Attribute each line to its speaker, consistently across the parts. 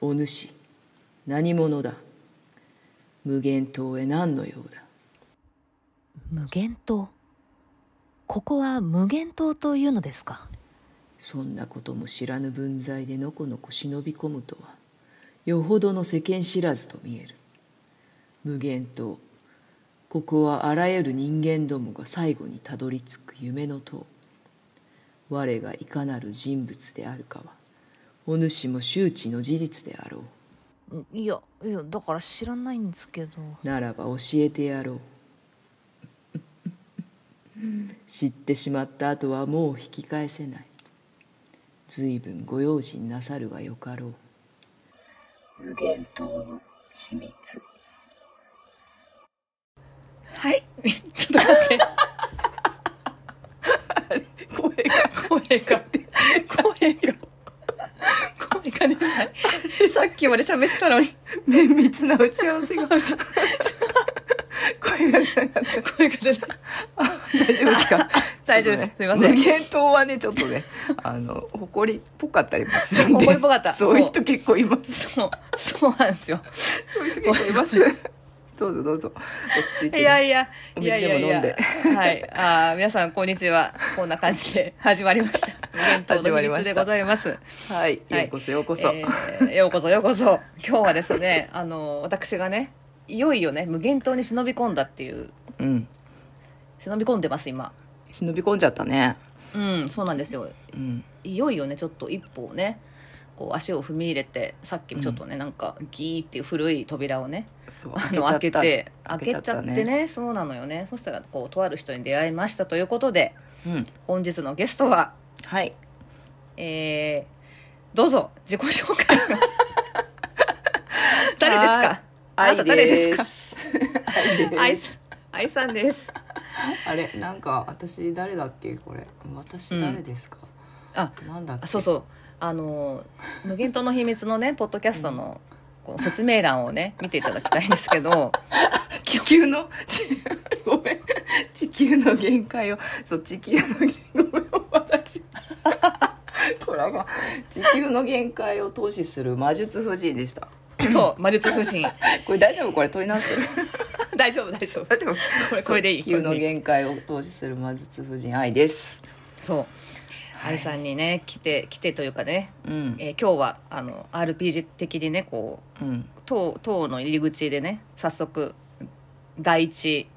Speaker 1: お主何者だ無限島へ何の用だ
Speaker 2: 無限島ここは無限島というのですか
Speaker 1: そんなことも知らぬ分際でのこのこ忍び込むとはよほどの世間知らずと見える無限島ここはあらゆる人間どもが最後にたどり着く夢の塔我がいかなる人物であるかはお主も周知の事実であろう
Speaker 2: いやいやだから知らないんですけど
Speaker 1: ならば教えてやろう 知ってしまった後はもう引き返せない随分ご用心なさるがよかろう無限島の秘密
Speaker 3: はい。ちょっと待って。声が、声が、声が、声が出ない。さっきまで喋ってたのに。綿密な打ち合わせが。声が出なかった。声が出ない。
Speaker 4: 大丈夫で すか
Speaker 3: 大丈夫です
Speaker 4: ちょっと
Speaker 3: すいません
Speaker 4: 無限島はねちょっとねあの埃っぽかったりもするんで
Speaker 3: 埃っぽかっ た
Speaker 4: そういう人結構います
Speaker 3: そう、そうなんですよ。
Speaker 4: そういう人結構います どうぞどうぞ落ち着いてね、
Speaker 3: いやいや、
Speaker 4: お
Speaker 3: い
Speaker 4: 水
Speaker 3: やい
Speaker 4: でも
Speaker 3: やい
Speaker 4: 飲ん
Speaker 3: や
Speaker 4: で。
Speaker 3: はい。あー皆さん、こんにちは。こんな感じで始まりました。弁 当
Speaker 4: 始ま
Speaker 3: の秘
Speaker 4: りま
Speaker 3: 密で
Speaker 4: した
Speaker 3: ございます。
Speaker 4: はい、
Speaker 3: はい
Speaker 4: ようこそようこそ、
Speaker 3: えーようこそようこそ今日はですねあの私がねいよいよね無限島に忍び込んだっていう
Speaker 4: うん
Speaker 3: 忍び込んでます今
Speaker 4: 忍び込んじゃったね
Speaker 3: うんそうなんですよ
Speaker 4: うん
Speaker 3: いよいよねちょっと一歩をねこう足を踏み入れてさっきちょっとね、なんかギーっていう古い扉をね
Speaker 4: そう
Speaker 3: あの開け
Speaker 4: ちゃった
Speaker 3: て開けちゃっ
Speaker 4: 開
Speaker 3: てねそうなのよねそしたらこうとある人に出会いましたということで
Speaker 4: うん
Speaker 3: 本日のゲストは
Speaker 4: はい
Speaker 3: えー、どうぞ自己紹 介を誰です
Speaker 4: は
Speaker 3: かあ
Speaker 4: 愛
Speaker 3: なた誰ですか
Speaker 4: す 愛です
Speaker 3: アイス、アイさんです。
Speaker 4: あれなんか私誰だっけこれ私誰ですか、
Speaker 3: あ、
Speaker 4: なんだっけ
Speaker 3: そうそう、あのー、無限島の秘密のね、ポッドキャストの。こう説明欄をね、見ていただきたいんですけど。
Speaker 4: 地球の ちごめん地球の限界をそう地球の限界ごめん私 これはまあ地球の限界を投資する魔術婦人でした
Speaker 3: そう、魔術夫人。
Speaker 4: これ大丈夫これ取り直す
Speaker 3: 大丈夫、大丈夫。
Speaker 4: 大丈夫
Speaker 3: こ れ、これでいい。
Speaker 4: 地球の限界を投資する魔術婦人愛です
Speaker 3: そう。愛さんにね、来て、来てというかね、
Speaker 4: うん
Speaker 3: えー今日は、あの、R. P. G. 的にね、こう。
Speaker 4: うん
Speaker 3: 塔、塔の入り口でね、早速。第一。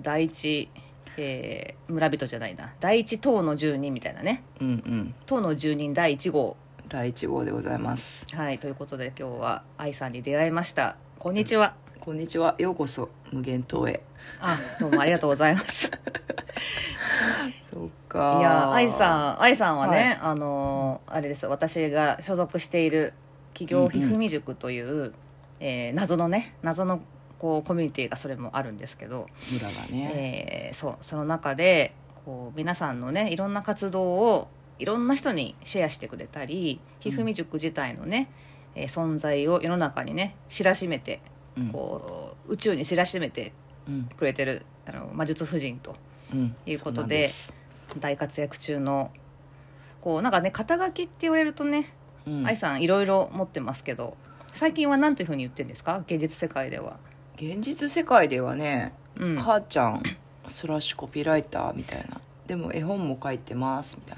Speaker 3: 第一。えー、村人じゃないな第一塔の住人みたいなね
Speaker 4: うんうん
Speaker 3: 党の住人第1号
Speaker 4: 第一号でございます
Speaker 3: はいということで今日は愛さんに出会いましたこんにちは、
Speaker 4: こんにちはようこそ無限島へ
Speaker 3: あどうもありがとうございます
Speaker 4: そう
Speaker 3: い
Speaker 4: か
Speaker 3: や愛さん愛さんはね、
Speaker 4: は
Speaker 3: あのーあれです私が所属している企業ひふみ塾という、えー謎のね謎のこうコミュニティがそれもあるんですけど、
Speaker 4: 村がね、
Speaker 3: えーそうその中でこう皆さんのねいろんな活動をいろんな人にシェアしてくれたりひふみ塾自体のね、えー存在を世の中にね知らしめて
Speaker 4: うん
Speaker 3: こう宇宙に知らしめて
Speaker 4: うん
Speaker 3: くれてるあの魔術夫人と
Speaker 4: うん
Speaker 3: いうこ
Speaker 4: そうな
Speaker 3: と
Speaker 4: ん
Speaker 3: です大活躍中のこうなんかね肩書きって言われるとね、
Speaker 4: うん
Speaker 3: 愛さんいろいろ持ってますけど最近は何というふうに言ってるんですか現実世界では。
Speaker 4: 現実世界ではね、
Speaker 3: うん、
Speaker 4: 母ちゃんスラッシュコピーライターみたいなでも絵本も書いてますみたい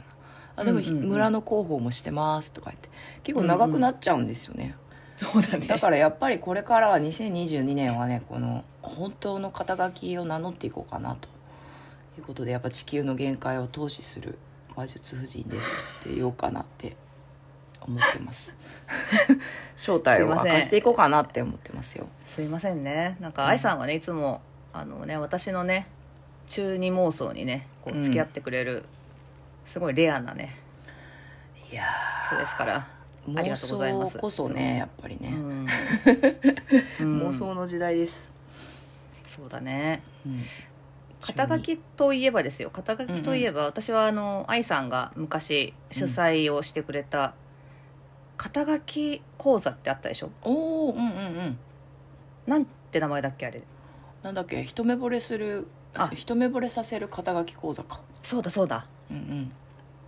Speaker 4: なあでも、
Speaker 3: うんうんうん
Speaker 4: 村の広報もしてますとか言って結構長くなっちゃうんですよね、
Speaker 3: そうだね
Speaker 4: だからやっぱりこれからは2022年はねこの本当の肩書きを名乗っていこうかなということでやっぱ地球の限界を投資する魔術夫人ですって言おうかなって思ってます 正体を明かしていこうかなって思ってますよ
Speaker 3: すいませんねなんか愛さんはねいつもあのね私のね中二妄想にねこ
Speaker 4: う
Speaker 3: うん付き合ってくれる、すごいレアなね
Speaker 4: いやー
Speaker 3: 人ですから、あ
Speaker 4: 妄
Speaker 3: りがとうございます
Speaker 4: 想こそねやっぱり
Speaker 3: う
Speaker 4: ね、
Speaker 3: ん
Speaker 4: 妄
Speaker 3: うん
Speaker 4: 想の時代です、
Speaker 3: そうだね
Speaker 4: うん
Speaker 3: 肩書きといえばですよ肩書きといえば、私はあの愛さんが昔主催をしてくれた、肩書き講座ってあったでしょ
Speaker 4: おおうんうんうん
Speaker 3: なんて名前だっけあれ
Speaker 4: なんだっけ一目惚れする
Speaker 3: あ
Speaker 4: 一目惚れさせる肩書き講座か
Speaker 3: そうだそうだ
Speaker 4: うんうん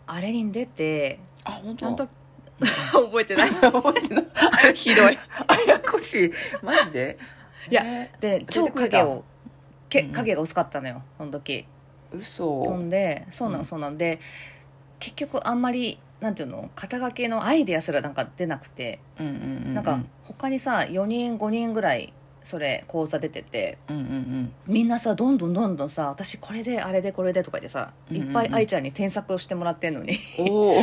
Speaker 3: あれに出て
Speaker 4: あ本当
Speaker 3: なんと 覚えてない
Speaker 4: 覚えてない
Speaker 3: あれひどい
Speaker 4: あやこしいマジで
Speaker 3: いや
Speaker 4: え
Speaker 3: で
Speaker 4: 出
Speaker 3: 超
Speaker 4: てくれ
Speaker 3: 影
Speaker 4: た
Speaker 3: をけ
Speaker 4: うんうん
Speaker 3: 影が薄かったのよその時
Speaker 4: ー嘘
Speaker 3: ほんでそうな
Speaker 4: う
Speaker 3: の
Speaker 4: ん
Speaker 3: そうなんで結局あんまりなんていうの肩書きのアイデアすらなんか出なくて
Speaker 4: うんうんう
Speaker 3: なんか他にさ4人5人ぐらいそれ講座出てて
Speaker 4: うんうんうん
Speaker 3: みんなさどんどんどんどんさ私これであれでこれでとか言ってさ
Speaker 4: うん
Speaker 3: い
Speaker 4: うんうん
Speaker 3: っぱい愛ちゃんに添削をしてもらってん のに
Speaker 4: おお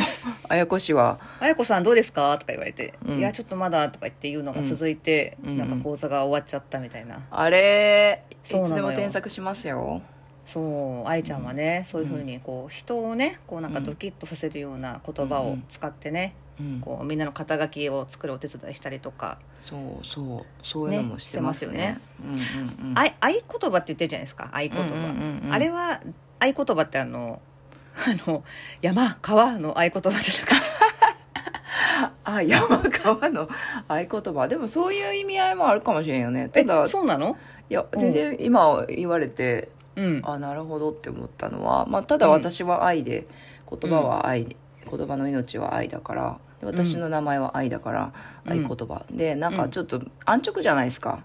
Speaker 4: あやこしは
Speaker 3: 「あやこさんどうですか?」とか言われて「
Speaker 4: うん
Speaker 3: いやちょっとまだ」とか言って言うのが続いて、
Speaker 4: うんうん
Speaker 3: なんか講座が終わっちゃったみたいな、
Speaker 4: あれい
Speaker 3: そうなの
Speaker 4: つ
Speaker 3: よ
Speaker 4: でも添削しますよ
Speaker 3: そう愛ちゃんはね、そういうふうにこう人をねこうなんかドキッとさせるような言葉を使ってね、
Speaker 4: うん
Speaker 3: こうみんなの肩書きを作るお手伝いしたりとか
Speaker 4: そうそうそういうのもしてますね
Speaker 3: ね
Speaker 4: うんうんうん
Speaker 3: 合、い合言葉って言ってるじゃないですか合言葉、
Speaker 4: うんうんうんうん
Speaker 3: あれは合言葉ってあのあの山川の合言葉じゃなくて
Speaker 4: あ山川の合言葉でもそういう意味合いもあるかもしれんよねただ
Speaker 3: えそうなの
Speaker 4: いや全然今言われて、
Speaker 3: うん
Speaker 4: あなるほどって思ったのは、まあ、ただ私は愛で、言葉は愛で言葉の命は愛だからで私の名前は愛だから、
Speaker 3: うん
Speaker 4: 愛言葉でなんかちょっと安直じゃないですか、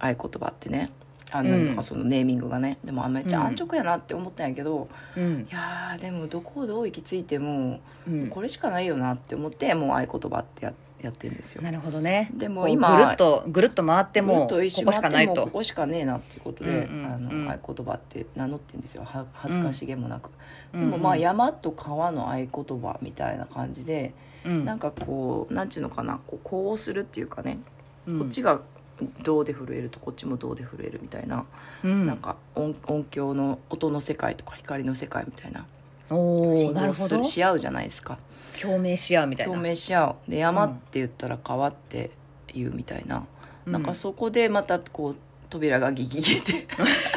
Speaker 4: 愛言葉ってねあの、
Speaker 3: うん
Speaker 4: なんかそのネーミングがねでもあめっちゃ安直やなって思ったんやけど、
Speaker 3: うん
Speaker 4: いやーでもどこをどう行き着いても
Speaker 3: うん
Speaker 4: これしかないよなって思ってもう合言葉ってややってるんですよ。
Speaker 3: なるほどね
Speaker 4: でも
Speaker 3: こう
Speaker 4: 今
Speaker 3: ぐるっとぐるっと回って
Speaker 4: ぐる
Speaker 3: も
Speaker 4: っ
Speaker 3: ことこ
Speaker 4: 一周
Speaker 3: しかな
Speaker 4: 回
Speaker 3: い
Speaker 4: ってもことこしかねえなっていうことで、
Speaker 3: うんうん
Speaker 4: あの
Speaker 3: うん
Speaker 4: 合言葉って名乗ってるんですよは恥ずかしげもなく、
Speaker 3: うん
Speaker 4: でもまあ
Speaker 3: うん
Speaker 4: 山と川の合言葉みたいな感じで、
Speaker 3: うん
Speaker 4: なんかこうなんちゅうのかなこう呼応するっていうかね、
Speaker 3: うん
Speaker 4: こっちが銅で震えるとこっちも銅で震えるみたいな、
Speaker 3: うん
Speaker 4: なんか音音響の音の世界とか光の世界みたいな
Speaker 3: おー
Speaker 4: 振
Speaker 3: なる
Speaker 4: 動
Speaker 3: ほ
Speaker 4: す
Speaker 3: ど
Speaker 4: るし合うじゃないですか
Speaker 3: 共鳴し合うみたいな
Speaker 4: 共鳴し合うで山って言ったら川って言うみたいな。
Speaker 3: う
Speaker 4: なんかそこでまたこう扉がギギギって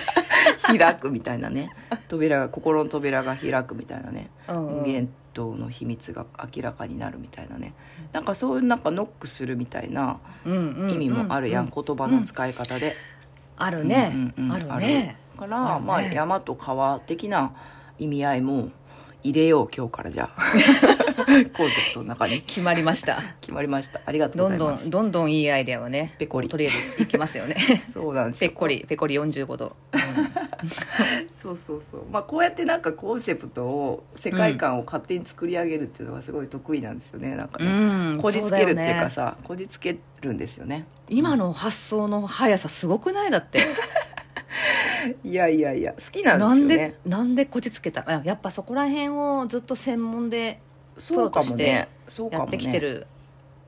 Speaker 4: 開くみたいなね扉が心の扉が開くみたいなね
Speaker 3: うんうん
Speaker 4: 無限島の秘密が明らかになるみたいなねなんかそういうなんかノックするみたいな
Speaker 3: うんうん
Speaker 4: 意味もあるやん、
Speaker 3: う
Speaker 4: 言葉の使い方で、
Speaker 3: あるね、
Speaker 4: うんうんうん
Speaker 3: あるね
Speaker 4: あるから
Speaker 3: あるね
Speaker 4: まあ山と川的な意味合いも入れよう今日からじ ゃあコンセプトの中に
Speaker 3: 決まりました
Speaker 4: 決まりましたありがとうござ
Speaker 3: どん
Speaker 4: い
Speaker 3: ど
Speaker 4: ま
Speaker 3: ん
Speaker 4: す
Speaker 3: どんどんいいアイデアはね
Speaker 4: ペコリ
Speaker 3: とりあえずいきますよね
Speaker 4: そうなんです
Speaker 3: ペ
Speaker 4: よ
Speaker 3: ッコリペコリ45度
Speaker 4: そうそうそうまあこうやってなんかコンセプトを世界観を勝手に作り上げるっていうのがすごい得意なんですよねなんかね、
Speaker 3: ん
Speaker 4: こじつけるっていうか
Speaker 3: そだよね
Speaker 4: さこじつけるんですよね
Speaker 3: 今の発想の速さすごくないだって
Speaker 4: いやいやいや好きなん
Speaker 3: な
Speaker 4: ですよ
Speaker 3: ん
Speaker 4: ね
Speaker 3: でなんでこじつけたあやっぱそこら辺をずっと専門で
Speaker 4: そうかもねそうか
Speaker 3: や
Speaker 4: も
Speaker 3: ってきて
Speaker 4: ね
Speaker 3: る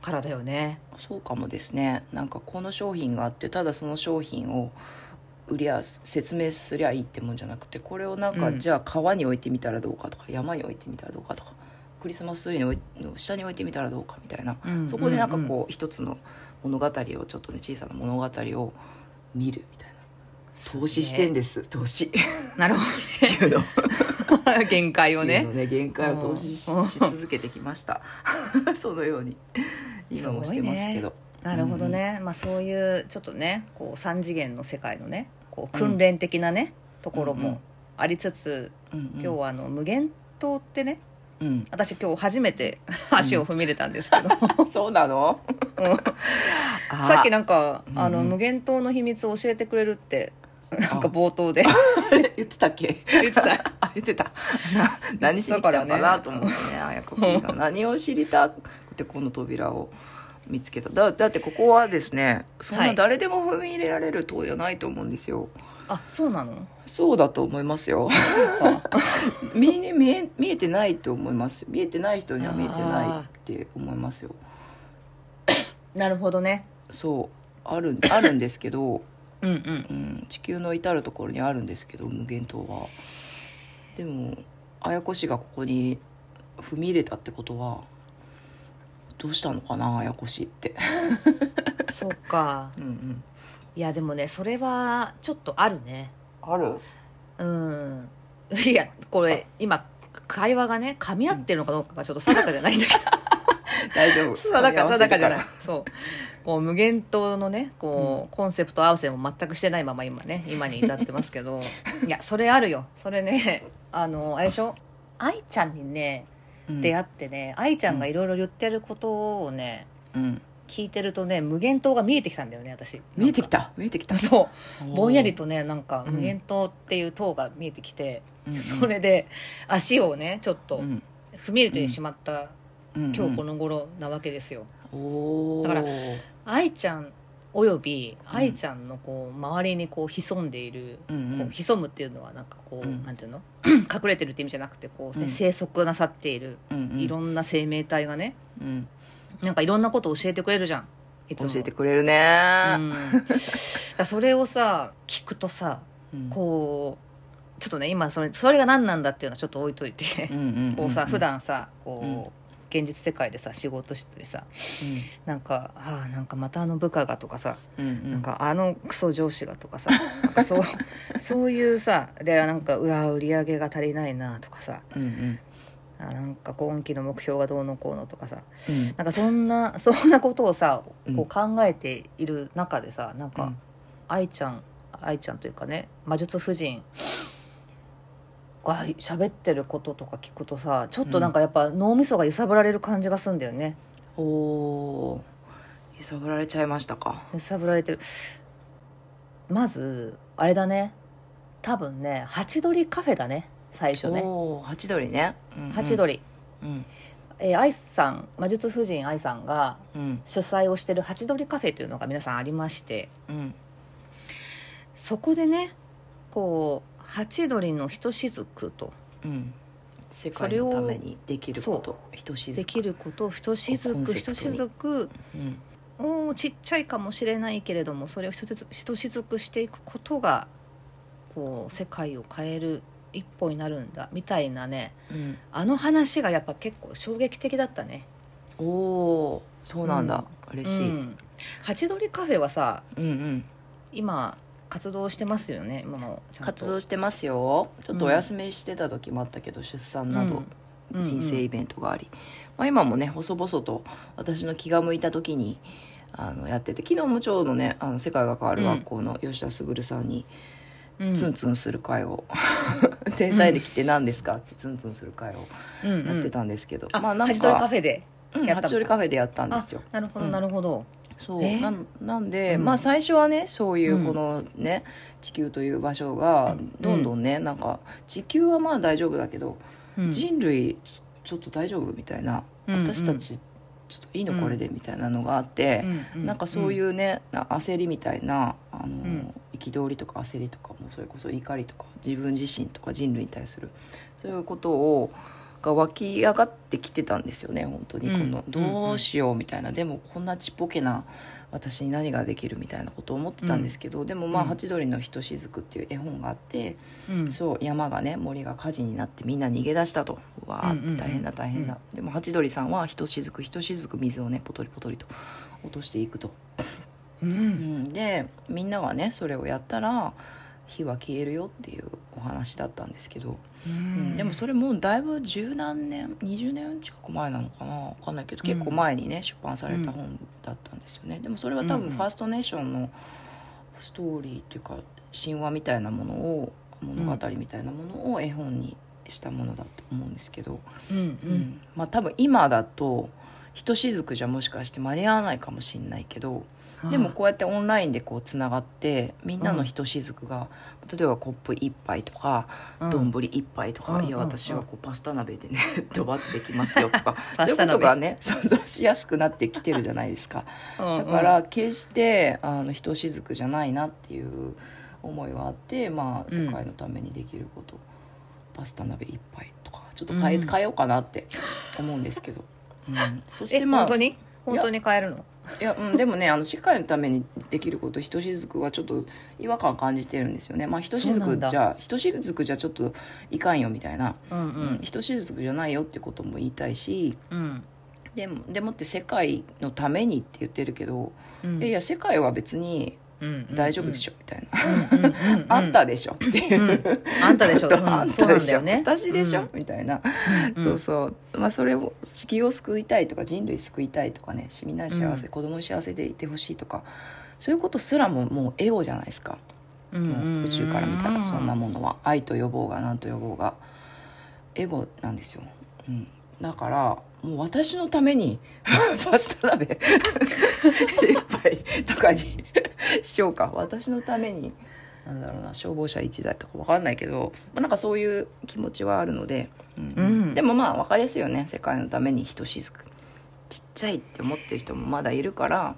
Speaker 3: からだよね
Speaker 4: そうかもですねなんかこの商品があってただその商品を売りゃ説明すりゃいいってもんじゃなくてこれをなんか、
Speaker 3: うん
Speaker 4: じゃあ川に置いてみたらどうかとか山に置いてみたらどうかとかクリスマスツリーの置いの下に置いてみたらどうかみたいな
Speaker 3: うん
Speaker 4: そこでなんか
Speaker 3: うんうん
Speaker 4: こう一つの物語をちょっとね小さな物語を見るみたいな投資してんです投 資って
Speaker 3: な るほ
Speaker 4: いうの
Speaker 3: ど限界を
Speaker 4: っていう
Speaker 3: ね
Speaker 4: のね限界を投資し
Speaker 3: うん
Speaker 4: し続けてきましたそのように今もしてますけど
Speaker 3: なるほどね、まあそういうちょっとねこう3次元の世界のねこう訓練的なね、ところ
Speaker 4: うんうん
Speaker 3: もありつつ、
Speaker 4: 今
Speaker 3: 今日はあの無限島ってね
Speaker 4: うん
Speaker 3: 私今日初めて足を踏み入れたんですけ ど、
Speaker 4: そうなの
Speaker 3: うんさ
Speaker 4: さ
Speaker 3: っきなんか、
Speaker 4: うん
Speaker 3: あの無限島の秘密を教えてくれるってなんか
Speaker 4: あ
Speaker 3: 冒頭で
Speaker 4: 言ってたっけ
Speaker 3: 言って た
Speaker 4: あ言ってたな何しに来たのか
Speaker 3: だから
Speaker 4: な
Speaker 3: ね
Speaker 4: と思ってね綾子君 が何を知りたくてこの扉を見つけただだってここはですねそん
Speaker 3: は
Speaker 4: ない誰でも踏み入れられる塔じゃないと思うんですよ、
Speaker 3: あそうなの
Speaker 4: そうだと思います よ見え見え見えてないと思います見えてない人には見えてないって思いますよ
Speaker 3: なるほどね
Speaker 4: そうあるあるんですけど
Speaker 3: うんうん
Speaker 4: うん、地球の至る所にあるんですけど無限島はでも綾子氏がここに踏み入れたってことはどうしたのかな綾子氏って、
Speaker 3: そうか
Speaker 4: うんうん、
Speaker 3: いやでもねそれはちょっとあるね
Speaker 4: ある
Speaker 3: うんいやこれ今会話がね噛み合ってるのかどうかがちょっと定かじゃないんだけど
Speaker 4: 大丈夫
Speaker 3: 定か定かじゃないいそうこう無限島のねこう、コンセプト合わせも全くしてないまま今ね今に至ってますけどいやそれあるよそれねあのあれでしょ 愛ちゃんにね出会ってね、愛ちゃんがいろいろ言ってることをね
Speaker 4: うん、
Speaker 3: 聞いてるとね無限島が見えてきたんだよね私
Speaker 4: 見えてきた見えてきた
Speaker 3: たそうぼんやりとねなんか
Speaker 4: うん
Speaker 3: 無限島っていう塔が見えてきて、
Speaker 4: うんうん
Speaker 3: それで足をねちょっと
Speaker 4: うん
Speaker 3: 踏み入れてしまった
Speaker 4: うん
Speaker 3: 今日この頃なわけですよ、
Speaker 4: お
Speaker 3: だから
Speaker 4: ー
Speaker 3: 愛ちゃんおよび
Speaker 4: ん
Speaker 3: 愛ちゃんのこう周りにこう潜んでいる、
Speaker 4: うんう
Speaker 3: こうん潜むっていうのはなんかこう、
Speaker 4: うん
Speaker 3: なんていうの 隠れてるって意味じゃなくてこう、
Speaker 4: うん
Speaker 3: 生息なさっている
Speaker 4: うんうん
Speaker 3: いろんな生命体がね
Speaker 4: うん
Speaker 3: なんかいろんなことを教えてくれるじゃんいつ
Speaker 4: 教
Speaker 3: も
Speaker 4: えてくれる
Speaker 3: う
Speaker 4: ね
Speaker 3: ん、だからそれをさ聞くとさ
Speaker 4: うん
Speaker 3: こうちょっとね今それそれが何なんだっていうのはちょっと置いといて、
Speaker 4: うんうんうんうん
Speaker 3: こうさ普段さこう、
Speaker 4: うん
Speaker 3: 現実世界でさ仕事しててさなんか「ああなんかまたあの部下が」とかさ
Speaker 4: うんうん
Speaker 3: なんかあのクソ上司がとかさなんかそう そういうさでなんかうわ売り上げが足りないなとかさ
Speaker 4: うんうん
Speaker 3: あなんか今期の目標がどうのこうのとかさ
Speaker 4: うん
Speaker 3: なんかそんなそんなことをさ
Speaker 4: うん
Speaker 3: こう考えている中でさなん
Speaker 4: う
Speaker 3: か
Speaker 4: ん
Speaker 3: 愛ちゃん愛ちゃんというかね魔術夫人が喋ってることとか聞くとさちょっとなんかやっぱ脳みそが揺さぶられる感じがすんだよね
Speaker 4: おー揺さぶられちゃいましたか
Speaker 3: 揺さぶられてるまずあれだね多分ねハチドリカフェだね最初ね
Speaker 4: おおハチドリねうんうん
Speaker 3: ハチドリ、
Speaker 4: うん
Speaker 3: えー、愛さん魔術夫人愛さんが
Speaker 4: うん
Speaker 3: 主催をしてるハチドリカフェというのが皆さんありまして
Speaker 4: うん
Speaker 3: そこでねこうハチドリのひとしずくと
Speaker 4: うん世界のためにできること人しず
Speaker 3: できることひとしず
Speaker 4: コン
Speaker 3: く
Speaker 4: セ
Speaker 3: ひ
Speaker 4: プト
Speaker 3: と
Speaker 4: に
Speaker 3: しずく
Speaker 4: うん
Speaker 3: おーちっちゃいかもしれないけれどもそれをひとつひとしずくしていくことがこう世界を変える一歩になるんだみたいなね
Speaker 4: うん
Speaker 3: あの話がやっぱ結構衝撃的だったね
Speaker 4: おおそうなんだ嬉し
Speaker 3: う
Speaker 4: い
Speaker 3: ん、ハチドリカフェはさ
Speaker 4: うんうん
Speaker 3: 今活動してますよね今もちゃんと
Speaker 4: 活動してますよちょっとお休みしてた時もあったけど出産など
Speaker 3: うん
Speaker 4: 人生イベントがあり、まあ、今もね細々と私の気が向いた時にあのやってて昨日もちょうどねあの世界が変わる学校の吉田卓さんに
Speaker 3: うん
Speaker 4: ツンツンする会を 「天才歴って何ですか?」ってツンツンする会を
Speaker 3: うんうん
Speaker 4: やってたんですけど、
Speaker 3: あ、
Speaker 4: まあなん
Speaker 3: ハチドリカ
Speaker 4: か
Speaker 3: フェで
Speaker 4: うん
Speaker 3: やったの
Speaker 4: 八鳥カフェでやったんですよ。
Speaker 3: なるほど、
Speaker 4: うん
Speaker 3: なるほど
Speaker 4: そう
Speaker 3: えー
Speaker 4: なんなんで、
Speaker 3: うん
Speaker 4: まあ最初はねそういううんこのね、地球という場所がどんどんね、なんか地球はまあ大丈夫だけど、
Speaker 3: うん
Speaker 4: 人類ちちょっと大丈夫みたいな、
Speaker 3: うんうん
Speaker 4: 私たちちょっといいのこれでみたいなのがあって、なんかそういううね、な焦りみたいなあの、
Speaker 3: ん
Speaker 4: 憤りとか焦りとかもそれこそ怒りとか自分自身とか人類に対するそういうことをが湧き上がってきてたんですよね本当にこ
Speaker 3: うん
Speaker 4: の、どうしようみたいな、でもこんなちっぽけな私に何ができるみたいなことを思ってたんですけど、でもまあ「
Speaker 3: うん
Speaker 4: ハチドリのひとしずく」っていう絵本があって、
Speaker 3: うん、うん
Speaker 4: そう山がね森が火事になってみんな逃げ出したとうわ
Speaker 3: うんうんう
Speaker 4: ー
Speaker 3: ん
Speaker 4: 大変だ大変だ、でもハチドリさんはひとしずくひとしずく水をねポトリポトリと落としていくと、う
Speaker 3: う
Speaker 4: んん、でみんながねそれをやったら火は消えるよっていうお話だったんですけど、う
Speaker 3: う
Speaker 4: んでもそれもうだいぶ十何年20年近く前なのかなわかんないけど結構前にね、出版された本だったんですよねでもそれは多
Speaker 3: うん
Speaker 4: 分
Speaker 3: うん
Speaker 4: ファーストネーションのストーリーっていうか神話みたいなものを物語みたいなものを絵本にしたものだと思うんですけど、
Speaker 3: うんうん
Speaker 4: まあ多分今だとひとしずくじゃもしかして間に合わないかもしれないけどでもこうやってオンラインでこうつながってみんなのひとしずくが、例えばコップ1杯とか、
Speaker 3: うん
Speaker 4: 丼一杯とか、
Speaker 3: うん
Speaker 4: いや
Speaker 3: うん
Speaker 4: 私はこうパスタ鍋でね ドバッとできますよとか
Speaker 3: パ
Speaker 4: そうい
Speaker 3: ス
Speaker 4: うこ
Speaker 3: タ鍋
Speaker 4: とがね想像しやすくなってきてるじゃないですか
Speaker 3: うんう
Speaker 4: だ
Speaker 3: ん
Speaker 4: から決してあのひとしずくじゃないなっていう思いはあってまあ
Speaker 3: うん
Speaker 4: 世界のためにできること、パスタ鍋一杯とかちょっと変え,、
Speaker 3: うん
Speaker 4: 変えようかなって思うんですけど、 うん、そして
Speaker 3: え
Speaker 4: まあ
Speaker 3: 本当に本当に変えるの
Speaker 4: いや、うん、でもねあの世界のためにできることひとしずくはちょっと違和感感じてるんですよねまあひとしず
Speaker 3: そうな
Speaker 4: く
Speaker 3: んだ
Speaker 4: じゃひとしずくじゃちょっといかんよみたいな
Speaker 3: うん
Speaker 4: うん、ひとしずくじゃないよってことも言いたいし
Speaker 3: うん
Speaker 4: でもでもって世界のためにって言ってるけど、
Speaker 3: うん
Speaker 4: いやいや世界は別に大丈夫でし
Speaker 3: ょ、
Speaker 4: ょみたいな、
Speaker 3: うんうんうんうん
Speaker 4: あんたでしょっていうう、
Speaker 3: んあんたでしょ、うん、
Speaker 4: あんたでし
Speaker 3: そ
Speaker 4: ょ、
Speaker 3: うなんだよね
Speaker 4: 私でしょ、
Speaker 3: うん
Speaker 4: みたいな、
Speaker 3: うん
Speaker 4: そうそうまあそれを地球を救いたいとか人類救いたいとかねみんな幸せ、
Speaker 3: うん
Speaker 4: 子供に幸せでいてほしいとかそういうことすらももうエゴじゃないですか、
Speaker 3: うんうんうん
Speaker 4: もう宇宙から見たらそんなものは愛と呼ぼうが何と呼ぼうがエゴなんですよ、うん、だからもう私のために パスタ鍋一杯とかに しようか私のためになんだろうな消防車1台とかわかんないけど、まあ、なんかそういう気持ちはあるので、うん
Speaker 3: うん
Speaker 4: でもまあわかりやすいよね世界のためにひとしずくちっちゃいって思ってる人もまだいるから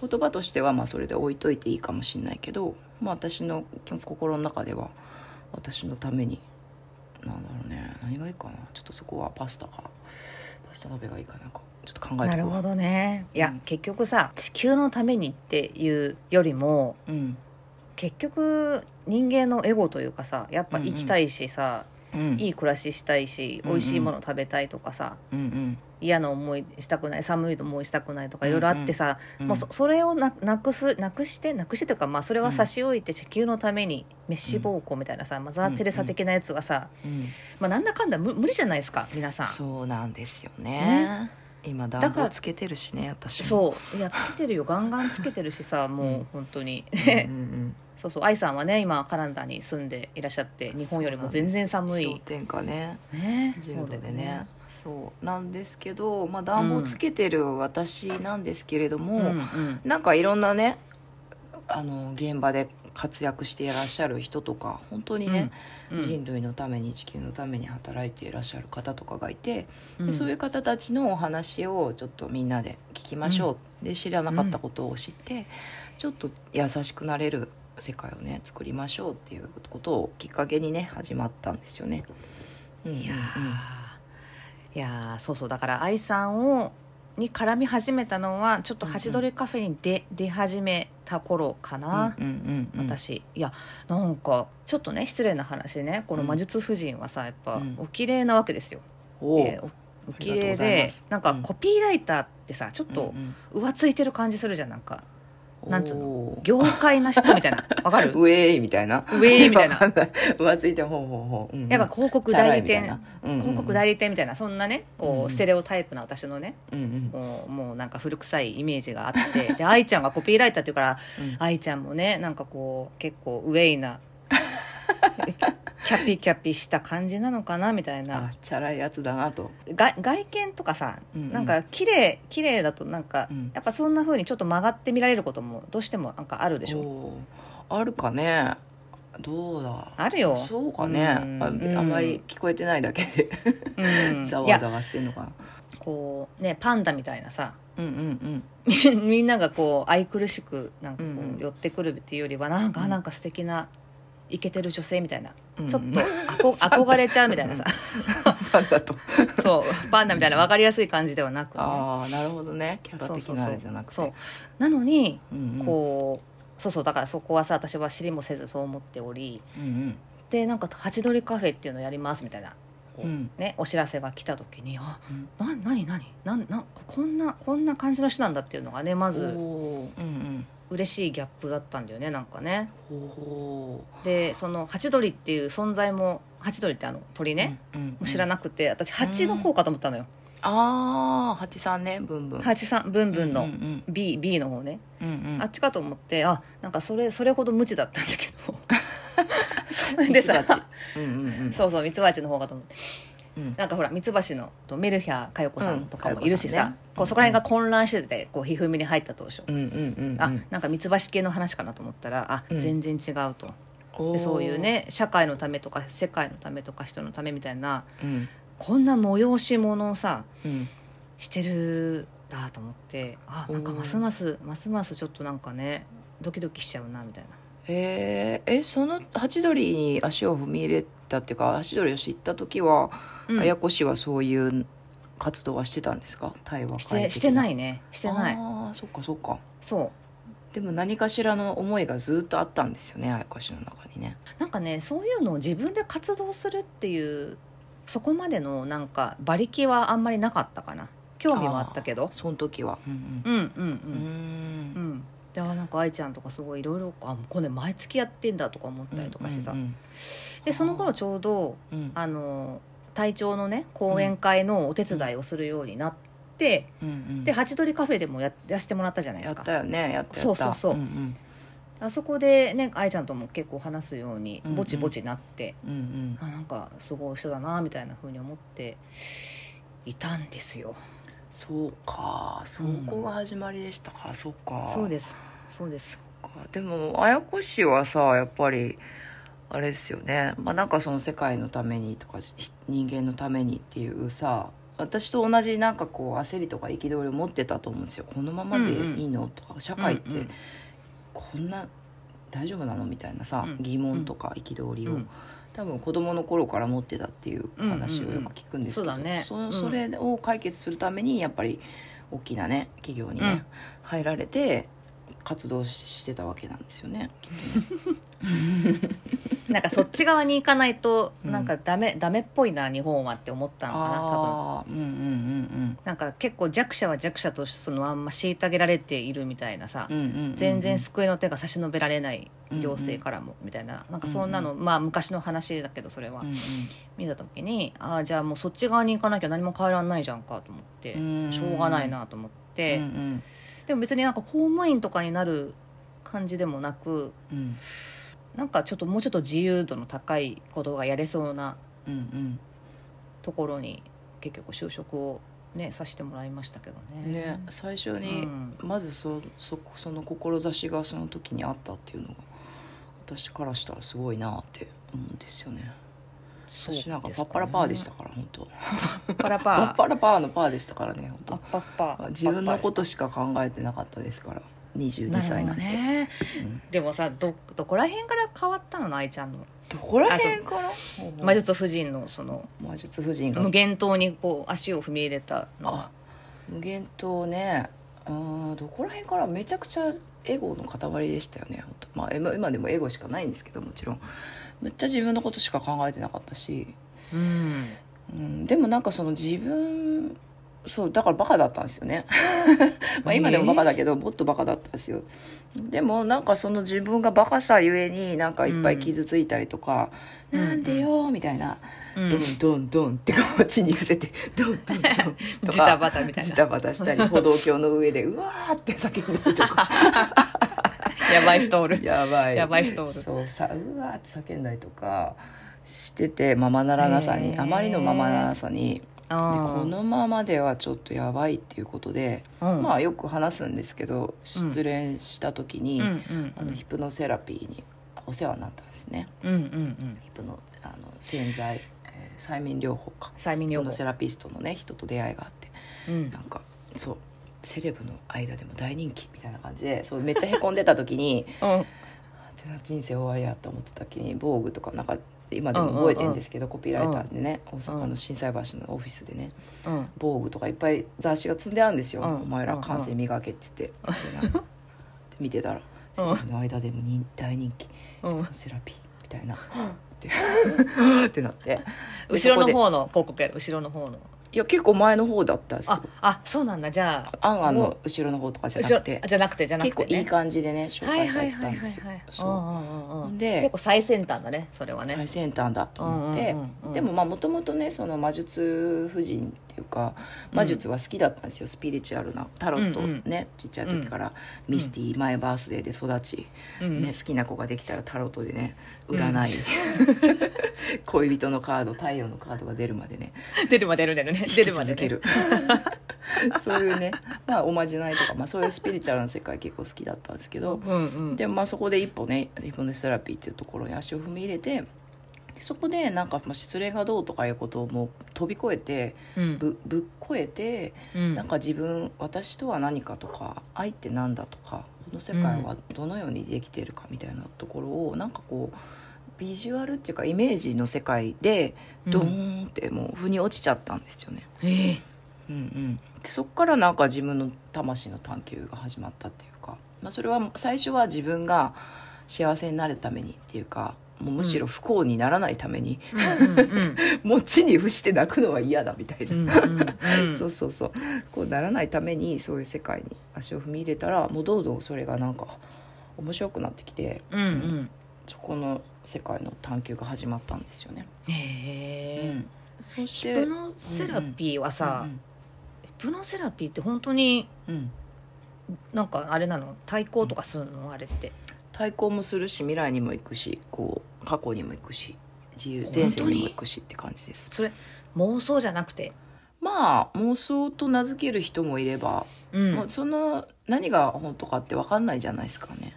Speaker 4: 言葉としてはまあそれで置いといていいかもしれないけど、まあ、私の心の中では私のためになんだろうね何がいいかなちょっとそこはパスタかパスタ鍋がいいかなんかちょっと考えて
Speaker 3: なるほどねいや、
Speaker 4: うん
Speaker 3: 結局さ地球のためにっていうよりも
Speaker 4: うん
Speaker 3: 結局人間のエゴというかさやっぱ生きたいしさ、
Speaker 4: うん
Speaker 3: いい暮らししたいし、
Speaker 4: うんうん
Speaker 3: 美味しいもの食べたいとかさ
Speaker 4: うん
Speaker 3: 嫌な思いしたくない寒い思いしたくないとかいろいろあってさ、
Speaker 4: うん
Speaker 3: もうそそれをななくすなくしてなくしてというか、まあ、それは差し置いて地球のために滅私暴行みたいなさ、マザー・テレサ的なやつはさ、
Speaker 4: うん
Speaker 3: まあ、なんだかんだ無無理じゃないですか皆さん。
Speaker 4: そうなんですよね
Speaker 3: ね
Speaker 4: 今
Speaker 3: ら
Speaker 4: 暖房つけてるしね私も
Speaker 3: そういやつけてるよガンガンつけてるしさ も
Speaker 4: う
Speaker 3: うん本当に、
Speaker 4: うんうん
Speaker 3: そうそう愛さんはね今カナダに住んでいらっしゃって
Speaker 4: うん
Speaker 3: 日本よりも全然寒
Speaker 4: そうなん
Speaker 3: い
Speaker 4: ですよ氷点下ね
Speaker 3: ね
Speaker 4: 10度で
Speaker 3: よ
Speaker 4: ねそうなんですけど、まあ、暖房つけてる私なんですけれども、
Speaker 3: うんうん
Speaker 4: なんかいろんなねあの現場で活躍していらっしゃる人とか本当にね、
Speaker 3: うん
Speaker 4: 人類のために地球のために働いていらっしゃる方とかがいて、
Speaker 3: う
Speaker 4: で
Speaker 3: ん
Speaker 4: そういう方たちのお話をちょっとみんなで聞きましょう、で知らなかったことを知って、ちょっと優しくなれる世界をね作りましょうっていうことをきっかけにね始まったんですよね。うんうんうん
Speaker 3: いやーいやーそうそうだから愛さんをに絡み始めたのはちょっと
Speaker 4: うんうん
Speaker 3: ハチドリカフェに出出始めた頃かな、
Speaker 4: うんうんうんうん
Speaker 3: 私いやなんかちょっとね失礼な話ねこの魔術婦人はさやっぱ
Speaker 4: うん
Speaker 3: お綺麗なわけですよ。
Speaker 4: おう
Speaker 3: えーおお綺
Speaker 4: ありがとう
Speaker 3: 麗
Speaker 4: ございま
Speaker 3: ですなんか
Speaker 4: うん
Speaker 3: コピーライターってさちょっと
Speaker 4: うん
Speaker 3: 浮ついてる感じするじゃんなんか
Speaker 4: うん
Speaker 3: なんつうの
Speaker 4: おう
Speaker 3: 業界な人みたいな わかる
Speaker 4: ウェイみたいな。
Speaker 3: ウェイみたい な
Speaker 4: わかんない。浮ついてほうほうほう。うんうん
Speaker 3: やっぱ広告代理
Speaker 4: チャラいみたいなうん
Speaker 3: 店
Speaker 4: うん
Speaker 3: 広告代理店みたいなそんなね
Speaker 4: うん
Speaker 3: こ
Speaker 4: う
Speaker 3: うんステレオタイプな私のね
Speaker 4: うんうん
Speaker 3: もうもうなんか古臭いイメージがあってで愛ちゃんがコピーライターっていうから
Speaker 4: うん
Speaker 3: 愛ちゃんもねなんかこう結構ウェイなキャピキャピした感じなのかなみたいな
Speaker 4: あチャラいやつだなと。
Speaker 3: が外見とかさ
Speaker 4: うんうん
Speaker 3: なんか綺麗綺麗だとなんか
Speaker 4: うん
Speaker 3: やっぱそんな風にちょっと曲がって見られることもどうしてもなんかあるでしょ
Speaker 4: おうあるかね。どうだ。
Speaker 3: あるよ
Speaker 4: そうかね。
Speaker 3: うん
Speaker 4: ああんまり聞こえてないだけで
Speaker 3: う
Speaker 4: ざ
Speaker 3: んい
Speaker 4: わ
Speaker 3: や
Speaker 4: ざわしてんのかな。
Speaker 3: こうねパンダみたいなさ
Speaker 4: うんうん
Speaker 3: みんながこう愛くるしくなんかこ
Speaker 4: うんうん
Speaker 3: う寄ってくるっていうよりはなんか、
Speaker 4: うん
Speaker 3: なんか素敵なイケてる女性みたいな、
Speaker 4: うん。
Speaker 3: ちょっ
Speaker 4: うん
Speaker 3: とあ こ憧れちゃうみたいなさ
Speaker 4: パンダと。
Speaker 3: そうパンダみたいな分かりやすい感じではなくね、
Speaker 4: ああなるほどね。キャラ
Speaker 3: そう
Speaker 4: 的
Speaker 3: そう
Speaker 4: なあ
Speaker 3: そ
Speaker 4: れ
Speaker 3: う
Speaker 4: じゃなくて。
Speaker 3: そうなのに
Speaker 4: うんうん。
Speaker 3: こう、そうそうだからそこはさ私は知りもせずそう思っており
Speaker 4: うん
Speaker 3: でなんか「ハチドリカフェ」っていうのやりますみたいな、こ
Speaker 4: う。
Speaker 3: うんね、お知らせが来た時にあ
Speaker 4: うん
Speaker 3: な何何なんなんこんなこんな感じの人なんだっていうのがねま
Speaker 4: おお
Speaker 3: ず
Speaker 4: ー。うん
Speaker 3: 嬉しいギャップだったんだよねなんかね。
Speaker 4: うん。お
Speaker 3: でそのハチドリっていう存在もハチドリってあの鳥
Speaker 4: ー
Speaker 3: ね、。
Speaker 4: うんうん
Speaker 3: もう知らなくて私ハチの方かと思ったのよ、
Speaker 4: ああ八三ねブンブン。
Speaker 3: ハチさんブンブンの、
Speaker 4: うん
Speaker 3: B, B の方ね、
Speaker 4: うんうんうん
Speaker 3: あっちかと思ってあなんかそれそれほど無知だったんだけ どそれでさ
Speaker 4: ミツバチうんうんうん
Speaker 3: そうそうミツバチの方かと思って
Speaker 4: うん
Speaker 3: なんかほらミツバチのとメルヒャ佳代子さんとかもいるし
Speaker 4: うん
Speaker 3: さ、
Speaker 4: 佳代子さんね
Speaker 3: こうそこら辺が混乱しててこうひふみに入った当初、
Speaker 4: うんうんうんうん
Speaker 3: あなんかミツバチ系の話かなと思ったらあ、
Speaker 4: うん
Speaker 3: 全然違うと
Speaker 4: おー
Speaker 3: でそういうね社会のためとか世界のためとか人のためみたいな
Speaker 4: うん
Speaker 3: こんな催し物をさ
Speaker 4: うん
Speaker 3: してるんだと思ってあなんか
Speaker 4: おー
Speaker 3: ますますますますちょっとなんかねドキドキしちゃうなみたいな
Speaker 4: えーえそのハチドリに足を踏み入れたっていうかハチドリを知った時は、
Speaker 3: うん
Speaker 4: 綾子氏はそういう活動はしてたんですか対話会
Speaker 3: してしてない
Speaker 4: し
Speaker 3: ねしてない
Speaker 4: あーそっかそっか
Speaker 3: そう
Speaker 4: でも何かしらの思いがずっとあったんですよね綾子氏の中にね
Speaker 3: なんかねそういうのを自分で活動するっていうそこまでのなんか馬力はあんまりなかったかな興味はあったけど
Speaker 4: その時はうん
Speaker 3: うんうん
Speaker 4: うんうん
Speaker 3: うんうんであなんなんか愛ちゃんとかすごいいろいろあもうこれ毎月やってんだとか思ったりとかしてさ、
Speaker 4: うん
Speaker 3: でその頃ちょうど
Speaker 4: うんうん
Speaker 3: あの隊長のね講演会のお手伝いをするようになって、
Speaker 4: うんうん
Speaker 3: でハチドリカフェでもややらせてもらったじゃないで
Speaker 4: やっ
Speaker 3: すか
Speaker 4: たよねやったやった
Speaker 3: そうそうそうんあそこでね愛ちゃんとも結構話すように
Speaker 4: うんうん
Speaker 3: ぼちぼちなって、
Speaker 4: うんうん
Speaker 3: あなんかすごい人だなみたいな風に思っていたんですよ
Speaker 4: そうかそこが始まりでしたか、そうか
Speaker 3: そうですそうです
Speaker 4: かでも綾子氏はさやっぱりあれですよねまあなんかその世界のためにとかひ人間のためにっていうさ私と同じなんかこう焦りとか憤りを持ってたと思うんですよこのままでいいの、とか社会っ
Speaker 3: うんう
Speaker 4: て
Speaker 3: ん
Speaker 4: こんな大丈夫なのみたいなさ、
Speaker 3: うん
Speaker 4: 疑問とか憤りを、
Speaker 3: うん
Speaker 4: 多分子供の頃から持ってたっていう話をよく聞くんですけど、
Speaker 3: うんうんうんそうだね
Speaker 4: そそれを解決するためにやっぱり大きなね企業にね、入られて活動ししてたわけなんですよね。
Speaker 3: なんかそっち側に行かないと
Speaker 4: うん
Speaker 3: なんかダメ、ダメっぽいな日本はって思ったのかな多分
Speaker 4: あーうんうん
Speaker 3: なんか結構弱者は弱者としてそのあんま虐げられているみたいなさ、
Speaker 4: うんうんうんうんうん
Speaker 3: 全然救いの手が差し伸べられない行政からもみたいななんかそんなの、まあ昔の話だけどそれは、
Speaker 4: うん
Speaker 3: 見た時にああじゃあもうそっち側に行かなきゃ何も変えらんないじゃんかと思って、
Speaker 4: うん
Speaker 3: しょうがないなと思っ
Speaker 4: うん
Speaker 3: て、
Speaker 4: うん
Speaker 3: でも別になんか公務員とかになる感じでもなく
Speaker 4: うん
Speaker 3: なんかちょっともうちょっと自由度の高いことがやれそうな
Speaker 4: うんうん
Speaker 3: ところに結局就職をねさせてもらいましたけど
Speaker 4: うん
Speaker 3: ね。
Speaker 4: ね最初
Speaker 3: う
Speaker 4: に、
Speaker 3: ん
Speaker 4: まずそそその志がその時にあったっていうのが私からしたらすごいなって思うんですよね。
Speaker 3: そう
Speaker 4: 私なんかパッパラパーでしたから本当。
Speaker 3: すかね。パッパラパ
Speaker 4: パ
Speaker 3: ー。
Speaker 4: ッパラパーのパーでしたからね
Speaker 3: あ
Speaker 4: 本
Speaker 3: パッパ
Speaker 4: 当。自分のことしか考えてなかったですから22歳なんて。
Speaker 3: るほどね
Speaker 4: うん
Speaker 3: でもさどどこら辺から変わったの愛ちゃんの
Speaker 4: どこら辺から
Speaker 3: 魔術婦人のその
Speaker 4: 魔術夫人が
Speaker 3: 無限島にこう足を踏み入れたのは
Speaker 4: 無限島ねうーんどこら辺からめちゃくちゃエゴの塊でしたよねほんとまあ今今でもエゴしかないんですけどもちろんめっちゃ自分のことしか考えてなかったし、
Speaker 3: うん
Speaker 4: うん、でもなんかその自分そうだからバカだったんですよ ねまあ今でもバカだけど、もっとバカだったんですよでもなんかその自分がバカさゆえになんかいっぱい傷ついたりとか、
Speaker 3: うん
Speaker 4: なんでよみたいな、
Speaker 3: うん
Speaker 4: ドンドンドンってこう地に伏せてドンドンドンとか
Speaker 3: ジタバタみたい
Speaker 4: ジ
Speaker 3: な
Speaker 4: タバタしたり歩道橋の上でうわーって叫んだりとか
Speaker 3: やばい人おる
Speaker 4: やばい
Speaker 3: やばい人おる
Speaker 4: そうさうわーって叫んだりとかしててままならなさ
Speaker 3: へ
Speaker 4: に
Speaker 3: ー
Speaker 4: あまりのままならなさにで
Speaker 3: あー
Speaker 4: このままではちょっとやばいっていうことで、
Speaker 3: うん
Speaker 4: まあよく話すんですけど失恋した時に、
Speaker 3: うんうん
Speaker 4: あのヒプノセラピーにお世話になったんですね
Speaker 3: うんうんうん
Speaker 4: ヒプノあの潜在、えー催眠療法か
Speaker 3: 催眠
Speaker 4: ヒ
Speaker 3: 療
Speaker 4: プノセ
Speaker 3: 法
Speaker 4: ラピストのね人と出会いがあって
Speaker 3: うん
Speaker 4: なんかそうセレブの間でも大人気みたいな感じでそうめっちゃへこんでた時 に
Speaker 3: うん
Speaker 4: あてな人生終わりやと思ってた時に防具とかなんか今でも覚えてるんですけど、コピーライターでね、大阪の心斎橋のオフィスでね
Speaker 3: うん
Speaker 4: 防具とかいっぱい雑誌が積んであるんですよ「
Speaker 3: うん
Speaker 4: お前ら感性磨け」って言って、でなんかで見てたら「セレブの間でも人大人気
Speaker 3: うん
Speaker 4: セラピー」みたいな。で ってなって
Speaker 3: 後ろの
Speaker 4: でそこ
Speaker 3: 方の広告やる後ろの方の
Speaker 4: でいや結構前の方だったんですよ
Speaker 3: ああそうなんだじゃあ
Speaker 4: あんあんの後ろの方とかじゃ
Speaker 3: 後
Speaker 4: な
Speaker 3: ろ
Speaker 4: くて
Speaker 3: あじゃなくてじゃなく
Speaker 4: 結構
Speaker 3: て
Speaker 4: いい
Speaker 3: ね
Speaker 4: 感じでね紹
Speaker 3: は
Speaker 4: 介
Speaker 3: いは
Speaker 4: さ
Speaker 3: い
Speaker 4: れて
Speaker 3: は
Speaker 4: た
Speaker 3: い
Speaker 4: んで
Speaker 3: はい
Speaker 4: すよ
Speaker 3: は。い
Speaker 4: そう
Speaker 3: うんうんうん
Speaker 4: で
Speaker 3: 結構最先端だねそれはね
Speaker 4: 最先端だと思って、
Speaker 3: うんうんうんうん
Speaker 4: でもまあもともとねその魔術婦人っていうか魔術は好きだったんですよ、スピリチュアルなタロットをね、
Speaker 3: うん
Speaker 4: ちっちゃい時から、ミスティーマイバースデーで育ち、
Speaker 3: うん
Speaker 4: ね、好きな子ができたらタロットでね占い、 恋人のカード太陽のカードが出るまでね
Speaker 3: 出るまで出る出るね
Speaker 4: 出
Speaker 3: 出るまで
Speaker 4: 続け
Speaker 3: ね
Speaker 4: る そういうね、まあ、おまじないとか、まあ、そういうスピリチュアルな世界結構好きだったんですけど、
Speaker 3: うん うん
Speaker 4: でまあそこで一歩ねヒプノセラピーっていうところに足を踏み入れてでそこでなんかまあ失恋がどうとかいうことをもう飛び越えて
Speaker 3: うん
Speaker 4: ぶぶっ越えて、
Speaker 3: うん
Speaker 4: なんか自分私とは何かとか愛って何だとかこの世界はどのようにできているかみたいなところをなんかこうビジュアルっていうかイメージの世界でドーンってもう腑に落ちちゃったんですよね。
Speaker 3: ええ
Speaker 4: うんうん、でそこからなんか自分の魂の探求が始まったっていうか、まあ、それは最初は自分が幸せになるためにっていうかもうむしろ不幸にならないために、
Speaker 3: うんうん
Speaker 4: もう地に伏して泣くのは嫌だみたいな、
Speaker 3: うんうんうん
Speaker 4: そうそうそうこうならないためにそういう世界に足を踏み入れたらもうどんどんそれがなんか面白くなってきて
Speaker 3: うんうん
Speaker 4: そこの世界の探求が始まったんですよね。 う
Speaker 3: へえ
Speaker 4: んそして
Speaker 3: ヒプノセラピーはさ、ヒプノセラピーって本当に
Speaker 4: うんうんうん
Speaker 3: なんかあれなの対抗とかするのあれって
Speaker 4: 対抗もするし未来にも行くしこう過去にも行くし自由
Speaker 3: 本当に
Speaker 4: 前世にも行くしって感じです。
Speaker 3: それ妄想じゃなくて
Speaker 4: まあ妄想と名付ける人もいれば、
Speaker 3: うん
Speaker 4: もうその何が本当かって分かんないじゃないですかね。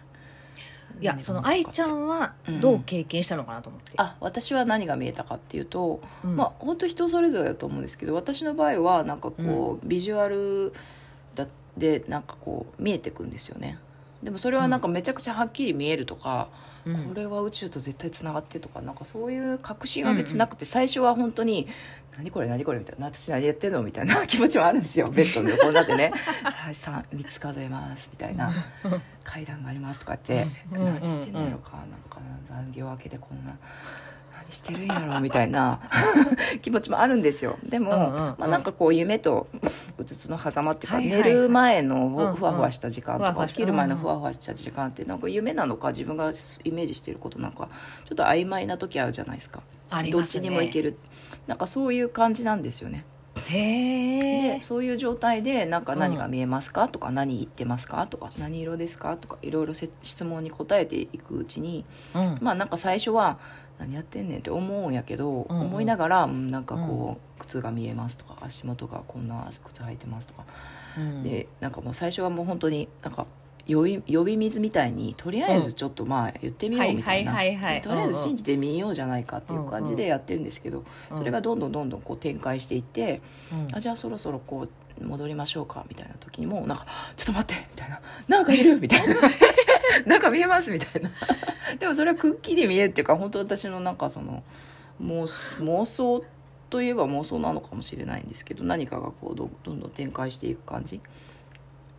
Speaker 3: いやその愛ちゃんはどう経験したのかなと思って、
Speaker 4: あ私は何が見えたかっていうと、
Speaker 3: うん
Speaker 4: まあ本当人それぞれだと思うんですけど私の場合はなんかこう、ビジュアルだでなんかこう見えてくんですよねでもそれはなんかめちゃくちゃはっきり見えるとか、
Speaker 3: うん
Speaker 4: これは宇宙と絶対つながってるとかなんかそういう確信は別になくて、最初は本当に「何これ何これ」みたいな「私何やってんの?」みたいな 気持ちもあるんですよベッドの横になって ね「はい3, 三つ数えます」みたいな「階段があります」とかって「
Speaker 3: うんうんうん
Speaker 4: 何してんだろうか」なんか残業明けでこんな。何してるんやろみたいな 気持ちもあるんですよでも、
Speaker 3: うんうんうん
Speaker 4: まあ、なんかこう夢とうつつの狭間っていうか、
Speaker 3: はいはいはい
Speaker 4: 寝る前の
Speaker 3: うんうん
Speaker 4: ふわふわした時間と
Speaker 3: ふわふわ
Speaker 4: か
Speaker 3: し
Speaker 4: 起
Speaker 3: た
Speaker 4: きる前のふわふわした時間ってなんか夢なのか自分がイメージしていることなんかちょっと曖昧な時あるじゃないですか
Speaker 3: あり
Speaker 4: ど
Speaker 3: ま
Speaker 4: っ
Speaker 3: す
Speaker 4: ち
Speaker 3: ね
Speaker 4: にもいけるなんかそういう感じなんですよね。
Speaker 3: へえ
Speaker 4: でそういう状態でなんか何が見えますか、とか何言ってますかとか何色ですかとかいろいろせ質問に答えていくうちに
Speaker 3: うん
Speaker 4: まあなんか最初は何やってんねんって思うんやけど、
Speaker 3: うんうん
Speaker 4: 思いながらうんなんかこう、靴が見えますとか足元がこんな靴履いてますとか
Speaker 3: うん
Speaker 4: でなんかもう最初はもう本当になんか呼び呼び水みたいにとりあえずちょっとまあ言ってみようみたいな、
Speaker 3: はいはいはいはい
Speaker 4: とりあえず信じてみようじゃないかっていう感じでやってるんですけど、それがどんどんどんどんこう展開していって、
Speaker 3: うん
Speaker 4: あじゃあそろそろこう戻りましょうかみたいな時にもなんか「ちょっと待って」みたいな 「なんかいる」みたいな 「なんか見えます」みたいな でもそれはくっきり見えるっていうか本当私のなんかその妄妄想といえば妄想なのかもしれないんですけど何かがこうどどんどん展開していく感じ、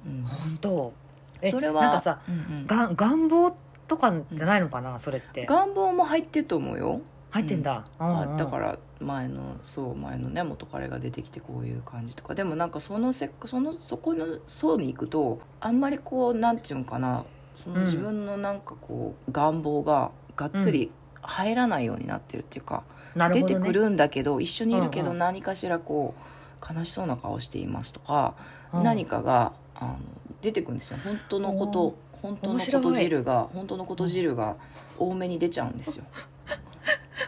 Speaker 4: うん、
Speaker 3: 本当え
Speaker 4: それは
Speaker 3: なんかさ
Speaker 4: うん うん
Speaker 3: がん願望とかじゃないのかなそれって
Speaker 4: 願望も入ってると思うよ
Speaker 3: 入ってんだ、
Speaker 4: あだからら前のそう前のね元彼が出てきてこういう感じとかでもなんかそのせそのそこの層に行くとあんまりこうなんていうんかなそ
Speaker 3: うん
Speaker 4: の自分のなんかこう願望ががっつり入らないようになってるっていうか、
Speaker 3: なる
Speaker 4: 出
Speaker 3: ほ
Speaker 4: て
Speaker 3: ど、ね、
Speaker 4: くるんだけど一緒にいるけ
Speaker 3: うんう
Speaker 4: ど
Speaker 3: ん
Speaker 4: 何かしらこう悲しそうな顔していますとか、
Speaker 3: うん
Speaker 4: 何かがあの出てくるんですよ本当のこと本当のこ
Speaker 3: 面白
Speaker 4: と
Speaker 3: い
Speaker 4: 汁が本当のこと汁が多めに出ちゃうんですよ。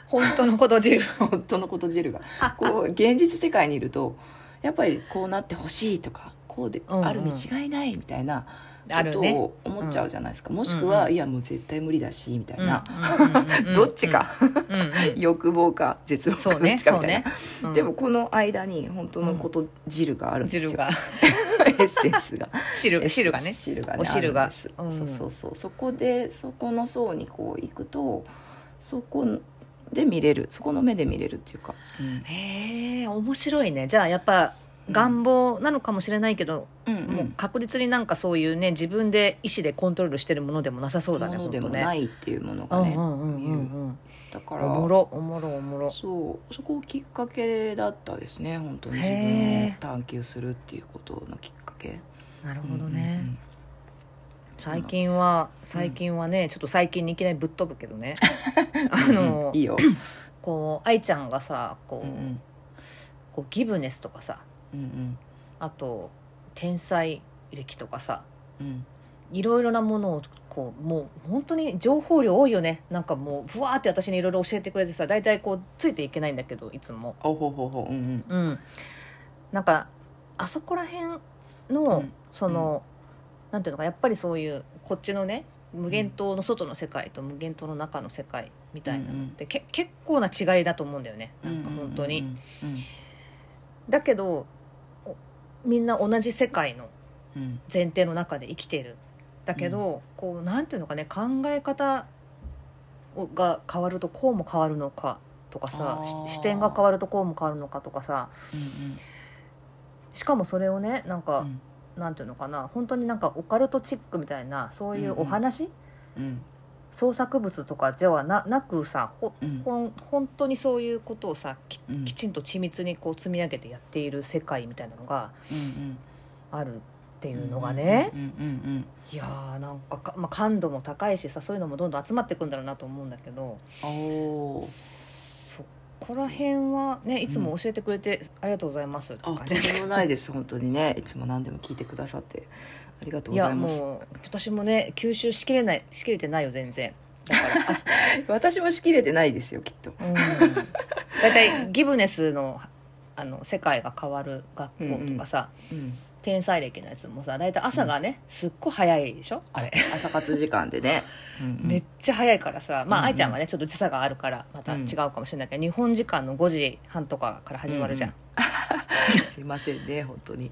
Speaker 3: 本当のこと汁
Speaker 4: 本当のこと汁がこう現実世界にいるとやっぱりこうなってほしいとかこうで
Speaker 3: うんうん
Speaker 4: あるに違いないみたいな
Speaker 3: あ
Speaker 4: こ
Speaker 3: る
Speaker 4: と
Speaker 3: ね
Speaker 4: を思っちゃうじゃないですか、もしくは、いやもう絶対無理だしみたいな、 ど
Speaker 3: ど
Speaker 4: っちか、
Speaker 3: うんうんうん
Speaker 4: 欲望か絶望か
Speaker 3: そう
Speaker 4: どっ
Speaker 3: ね
Speaker 4: ちか
Speaker 3: そ
Speaker 4: み
Speaker 3: う
Speaker 4: たいな、
Speaker 3: ね、うん
Speaker 4: でもこの間に本当のこと汁があるんですよ、
Speaker 3: 汁が
Speaker 4: エッセンスが
Speaker 3: 汁 汁が
Speaker 4: エッ
Speaker 3: ね
Speaker 4: センス汁がね
Speaker 3: お汁が
Speaker 4: あるんです
Speaker 3: うん
Speaker 4: そうそうそうそこでそこの層にこう行くとそこで見れるそこの目で見れるっていうか、うん
Speaker 3: へえ面白いねじゃあやっぱ願望なのかもしれないけど、
Speaker 4: うんうん
Speaker 3: もう確実になんかそういうね自分で意思でコントロールしてるものでもなさそうだね
Speaker 4: ものでも
Speaker 3: ほんとね
Speaker 4: ないっていうものがね、
Speaker 3: うんうんうんうんうん
Speaker 4: だか
Speaker 3: おも
Speaker 4: ら
Speaker 3: ろおもろおもろ
Speaker 4: そうそこをきっかけだったですね本当に自分を
Speaker 3: へー
Speaker 4: 探求するっていうことのきっかけ
Speaker 3: なる
Speaker 4: な
Speaker 3: ほどね、最近は最近はね、ちょっと最近にいきなりぶっ飛ぶけ どねあの
Speaker 4: いいよ、
Speaker 3: こう愛ちゃんがさこう,、
Speaker 4: うんうん
Speaker 3: こうギブネスとかさ
Speaker 4: うん
Speaker 3: あと天才歴とかさ
Speaker 4: うんうん
Speaker 3: いろいろなものをこうもう本当に情報量多いよねなんかもうふわーって私にいろいろ教えてくれてさ大体こうついていけないんだけどいつも。
Speaker 4: あほほほうんうん
Speaker 3: うん、なんかあそこら辺の、
Speaker 4: うん
Speaker 3: その、なんていうのかやっぱりそういうこっちのね無限島の外の世界と無限島の中の世界みたいなのって、け結構な違いだと思うんだよねなんか本当に。だけどおみんな同じ世界の
Speaker 4: うんうん
Speaker 3: 前提の中で生きてるだけど、こうなんていうのかね考え方をが変わるとこうも変わるのかとかさ
Speaker 4: あー
Speaker 3: し視点が変わるとこうも変わるのかとかさしかもそれをねなんか、
Speaker 4: うん
Speaker 3: なんていうのかな本当になんかオカルトチックみたいなそういうお話、
Speaker 4: うんうん
Speaker 3: 創作物とかではななくさほ
Speaker 4: うん
Speaker 3: ほん本当にそういうことをさき
Speaker 4: うん
Speaker 3: きちんと緻密にこう積み上げてやっている世界みたいなのが
Speaker 4: うん
Speaker 3: あるってい
Speaker 4: うん
Speaker 3: うのがね、
Speaker 4: うんうん
Speaker 3: いやーなんかか、まあ、感度も高いしさそういうのもどんどん集まってくんだろうなと思うんだけど
Speaker 4: うんおー
Speaker 3: そこら辺はねいつも教えてくれて、ありがとうございますって
Speaker 4: あ
Speaker 3: 感
Speaker 4: と
Speaker 3: じ
Speaker 4: んでもないです本当にねいつも何でも聞いてくださってありがとう
Speaker 3: い
Speaker 4: ござ
Speaker 3: や
Speaker 4: います
Speaker 3: もう私もね吸収しきれないしきれてないよ全然だから あ
Speaker 4: 私もしきれてないですよきっと
Speaker 3: うん大体ギブネスのあの世界が変わる学校とかさ、
Speaker 4: うん
Speaker 3: 天才歴のやつもさ大体朝がね、すっごい早いでしょあれ、
Speaker 4: 朝活時間で ね、うんうん
Speaker 3: めっちゃ早いからさまあ、
Speaker 4: うんうん
Speaker 3: 愛ちゃんはねちょっと時差があるからまた違うかもしれないけど、日本時間の5時半とかから始まるじゃん、
Speaker 4: すいませんね本当に
Speaker 3: い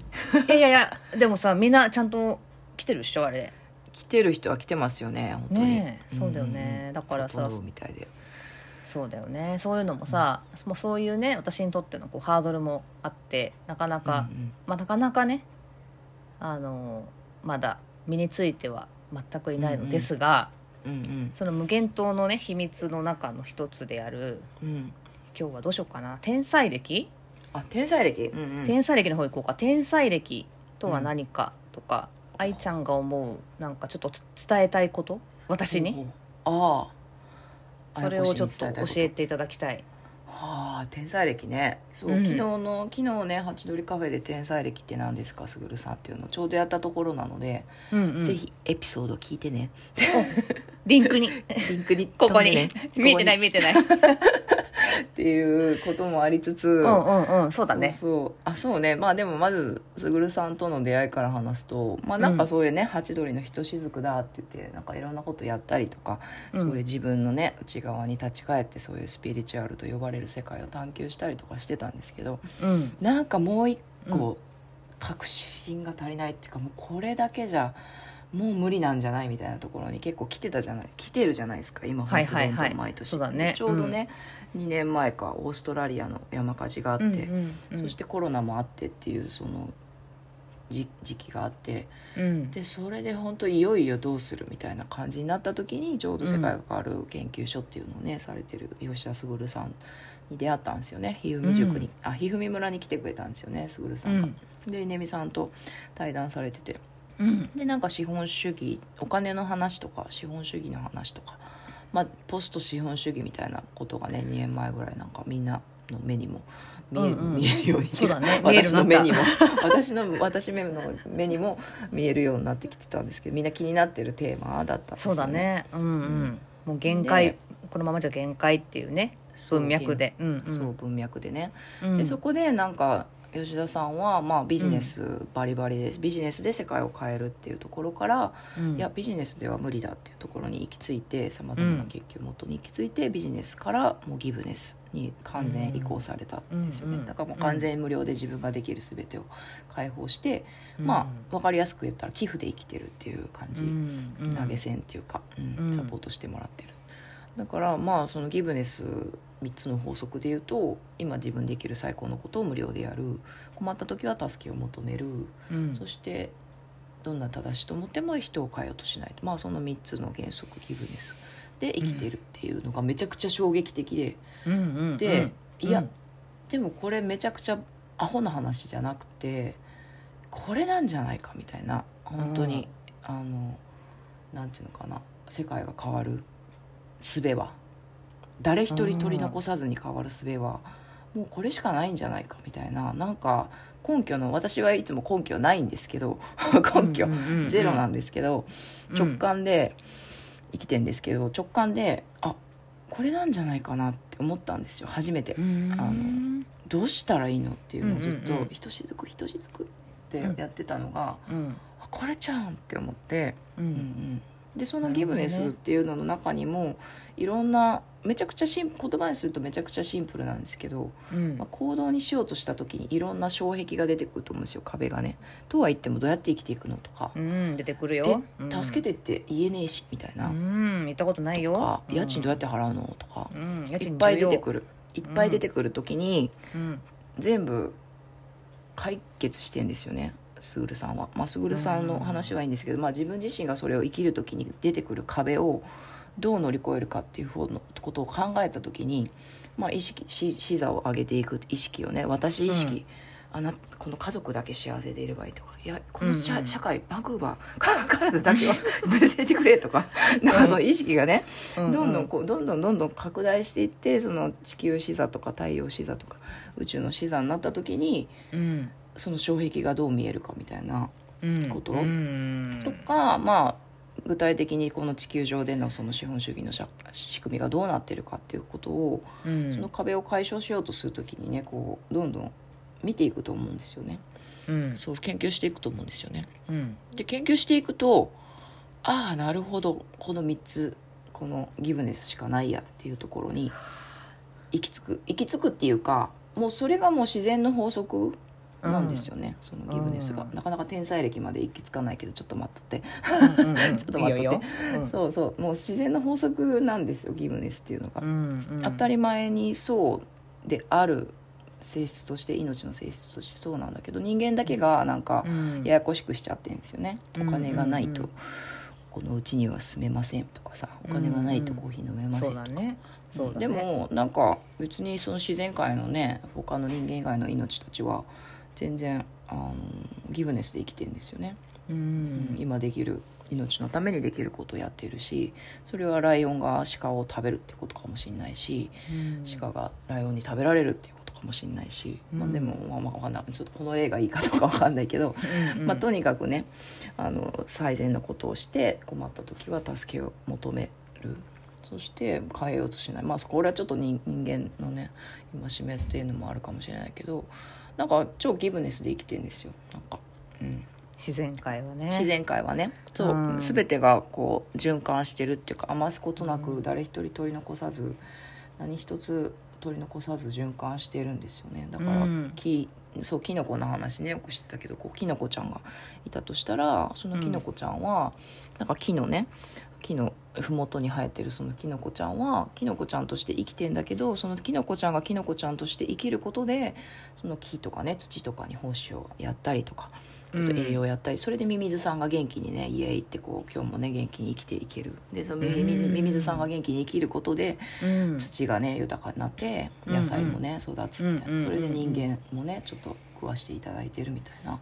Speaker 3: やいやいやでもさみんなちゃんと来てるでしょあれ
Speaker 4: 来てる人は来てますよね本当に
Speaker 3: ねえそうだよねだからさ
Speaker 4: ほとんどみたいで
Speaker 3: そうだよねそういうのもさ、もうそういうね私にとってのこうハードルもあってなかなか、
Speaker 4: うん
Speaker 3: まあ、なかなかねあのまだ身については全くいないのです
Speaker 4: う
Speaker 3: が、
Speaker 4: ん
Speaker 3: その無限島のね秘密の中の一つである
Speaker 4: うんうん
Speaker 3: 今日はどうしようかな天才歴、
Speaker 4: あ天才歴うんうん
Speaker 3: 天才歴の方行こうか天才歴とは何かとか、愛ちゃんが思うなんかちょっとつ伝えたいこと私に、
Speaker 4: おおああ
Speaker 3: それをちょっと
Speaker 4: あやこしに伝えたい
Speaker 3: 教
Speaker 4: こ
Speaker 3: えていただきたい
Speaker 4: はあ天才歴ねそう、
Speaker 3: うん
Speaker 4: 昨日の昨日ねハチドリカフェで天才歴って何ですかすぐるさんっていうのをちょうどやったところなので、
Speaker 3: うんうん
Speaker 4: ぜひエピソード聞いてね
Speaker 3: リンクに
Speaker 4: リンクに
Speaker 3: ここ
Speaker 4: 飛ん
Speaker 3: に、
Speaker 4: でね
Speaker 3: 見えてない
Speaker 4: こ
Speaker 3: 見えてない
Speaker 4: こにっていうこともありつつ、
Speaker 3: うんうんうんそうだね
Speaker 4: そうそうあそうねまあでもまずすぐるさんとの出会いから話すとまあなんかそういうね、ハチドリのひとしずくだって言ってなんかいろんなことやったりとか、
Speaker 3: うん
Speaker 4: そういう自分のね内側に立ち返ってそういうスピリチュアルと呼ばれる世界を探求したりとかしてたんですけど
Speaker 3: うん
Speaker 4: なんかもう一
Speaker 3: う
Speaker 4: 個確信が足りないっていうかもうこれだけじゃもう無理なんじゃないみたいなところに結構来てたじゃない来てるじゃないですか今
Speaker 3: はい
Speaker 4: 本当
Speaker 3: はい
Speaker 4: どん
Speaker 3: はい
Speaker 4: どん毎年、
Speaker 3: そうだね
Speaker 4: でちょうどね、2年前かオーストラリアの山火事があって、
Speaker 3: うんうんうん
Speaker 4: そしてコロナもあってっていうそのじ時期があって
Speaker 3: うん
Speaker 4: でそれで本当いよいよどうするみたいな感じになった時にちょうど世界が変わる研究所っていうのをね、されてる吉田卓さんに出会ったんですよねひふみ塾に、あひふみ村に来てくれたんですよね卓さんが。で稲見さんと対談されてて
Speaker 3: うん
Speaker 4: でなんか資本主義お金の話とか資本主義の話とか、まあ、ポスト資本主義みたいなことがね2年前ぐらいなんかみんなの目にも見え,、
Speaker 3: うんうん
Speaker 4: 見えるように
Speaker 3: そうだね見える
Speaker 4: 私
Speaker 3: よう
Speaker 4: の
Speaker 3: に
Speaker 4: 目に
Speaker 3: なった
Speaker 4: も 私の私目の目にも見えるようになってきてたんですけどみんな気になってるテーマだったんです
Speaker 3: そ
Speaker 4: よ
Speaker 3: うだねうんうん
Speaker 4: ん
Speaker 3: もう限界
Speaker 4: で
Speaker 3: このままじゃ限界っていうね
Speaker 4: そう
Speaker 3: 文脈でうん
Speaker 4: そう文脈でね、
Speaker 3: うん
Speaker 4: でそこでなんか吉田さんは、まあ、ビジネスバリバリです、ビジネスで世界を変えるっていうところから、
Speaker 3: うん
Speaker 4: いやビジネスでは無理だっていうところに行き着いてさまざまな研究元に行き着いて、ビジネスからもうギブネスに完全移行されたんですよね、
Speaker 3: うんうん
Speaker 4: だからもう完全無料で自分ができる全てを解放して、まあ分かりやすく言ったら寄付で生きてるっていう感
Speaker 3: う
Speaker 4: じ、
Speaker 3: んうん
Speaker 4: 投げ銭っていうか、うん
Speaker 3: うん
Speaker 4: サポートしてもらってるだからまあそのギブネス3つの法則で言うと今自分できる最高のことを無料でやる困った時は助けを求める、
Speaker 3: うん
Speaker 4: そしてどんな正しいと思っても人を変えようとしないまあその3つの原則ギブネスで生きてるっていうのがめちゃくちゃ衝撃的で、
Speaker 3: うんうん
Speaker 4: で、
Speaker 3: うん
Speaker 4: いや、
Speaker 3: うん
Speaker 4: でもこれめちゃくちゃアホな話じゃなくてこれなんじゃないかみたいな本当に、あのなんていうのかな世界が変わる術は誰一人取り残さずに変わる術はもうこれしかないんじゃないかみたいななんか根拠の私はいつも根拠ないんですけど 根拠ゼロなん
Speaker 3: で
Speaker 4: ですけど、
Speaker 3: うん
Speaker 4: 直感で生きてんですけど直感であこれなんじゃないかなって思ったんですよ初めてあのどうしたらいいのっていうのをずっ
Speaker 3: うんうんう
Speaker 4: と
Speaker 3: ん
Speaker 4: 「ひとしずくひとしずく」ってやってたのが、
Speaker 3: うん
Speaker 4: あこれじゃんって思って、
Speaker 3: う
Speaker 4: うんんうん、でその
Speaker 3: なる
Speaker 4: ギ
Speaker 3: ほど
Speaker 4: ブ
Speaker 3: ね
Speaker 4: ネスっていうのの中にもいろんなめちゃくちゃシン言葉にするとめちゃくちゃシンプルなんですけど、
Speaker 3: うん
Speaker 4: まあ、行動にしようとした時にいろんな障壁が出てくると思うんですよ壁がね。とは言ってもどうやって生きていくのとか、
Speaker 3: うん出てくるようん
Speaker 4: え助けてって言えねえしみたいうな、
Speaker 3: ん行ったことない
Speaker 4: とか
Speaker 3: よ
Speaker 4: 家賃どうやって払うのとか
Speaker 3: う、ん家
Speaker 4: いっ
Speaker 3: 賃
Speaker 4: ぱい出て
Speaker 3: る
Speaker 4: くるいっぱい出てくる時に、
Speaker 3: うん
Speaker 4: 全部解決してんですよねすぐるさんは。まあ、すぐるさんの話はいいんですけど、まあ、自分自身がそれを生きる時に出てくる壁をどう乗り越えるかっていう方のことを考えた時に、まあ、意識し視座を上げていく意識をね私意識、あなこの家族だけ幸せでいればいいとかいやこの社,、
Speaker 3: うんうん
Speaker 4: 社会バンクーバーカカナダだけは 無事でいてくれとかなんかその意識がね、
Speaker 3: うん
Speaker 4: どんどんこうどんどんどんどん拡大していってその地球視座とか太陽視座とか宇宙の視座になった時に
Speaker 3: うん
Speaker 4: その障壁がどう見えるかみたいな。
Speaker 3: うん
Speaker 4: こと
Speaker 3: うん
Speaker 4: とか、まあ、具体的にこの地球上でのその資本主義の社仕組みがどうなってるかっていうことを、
Speaker 3: うん
Speaker 4: その壁を解消しようとするときにねこうどんどん見ていくと思うんですよね
Speaker 3: うん
Speaker 4: そう研究していくと思うんですよね。
Speaker 3: うん
Speaker 4: で研究していくとああなるほどこの3つこのギブネスしかないやっていうところに行き着く行き着くっていうかもうそれがもう自然の法則なんですよね、そのギブネスが、
Speaker 3: うん
Speaker 4: なかなか天才歴まで行き着かないけどちょっと待っとって
Speaker 3: うんうんう ん
Speaker 4: ちょっと待っとって
Speaker 3: いいよいいようん
Speaker 4: そうそうもう自然の法則なんですよギブネスっていうのが、
Speaker 3: うんうん
Speaker 4: 当たり前にそうである性質として命の性質としてそうなんだけど人間だけがなんか
Speaker 3: うん
Speaker 4: ややこしくしちゃってるんですよね、
Speaker 3: うん
Speaker 4: お金がないうと
Speaker 3: ん
Speaker 4: このうちには住めませんとかさお金がないとコーヒー飲めませんと
Speaker 3: そう
Speaker 4: か、
Speaker 3: だねそうだね
Speaker 4: でもなんか別にその自然界のね他の人間以外の命たちは全然あのギブネスで生きてるんですよね。
Speaker 3: う
Speaker 4: うん
Speaker 3: ん
Speaker 4: 今できる命のためにできることをやっているしそれはライオンが鹿を食べるってことかもしれないし、
Speaker 3: うん
Speaker 4: 鹿がライオンに食べられるっていうことかもしれないし、まあ、でもまあまあわかんないちょっとこの例がいいかどうかわかんないけど、
Speaker 3: うんうん
Speaker 4: まあ、とにかくねあの最善のことをして困った時は助けを求める。そして変えようとしないまあこれはちょっと人人間のね戒めっていうのもあるかもしれないけどなんか超ギブネスで生きてるんですよなんか、うん、
Speaker 3: 自然界はね
Speaker 4: 自然界はねそう、
Speaker 3: うん
Speaker 4: 全てがこう循環してるっていうか余すことなく誰一人取り残さず、何一つ取り残さず循環してるんですよねだから、
Speaker 3: うん
Speaker 4: 木そうキノコの話ねよくしてたけどこうキノコちゃんがいたとしたらそのキノコちゃんは、なんか木のね木の麓に生えてるそのキノコちゃんはキノコちゃんとして生きてんだけどそのキノコちゃんがキノコちゃんとして生きることでその木とかね土とかに胞子をやったりとかちょっと栄養やったり、それでミミズさんが元気にねイエイってこう今日もね元気に生きていけるでそのミミズ
Speaker 3: うん
Speaker 4: ミミズさんが元気に生きることで
Speaker 3: うん
Speaker 4: 土がね豊かになって
Speaker 3: うん
Speaker 4: 野菜もね育つみたい
Speaker 3: うん
Speaker 4: なそれで人間もねちょっと食わしていただいてるみたいな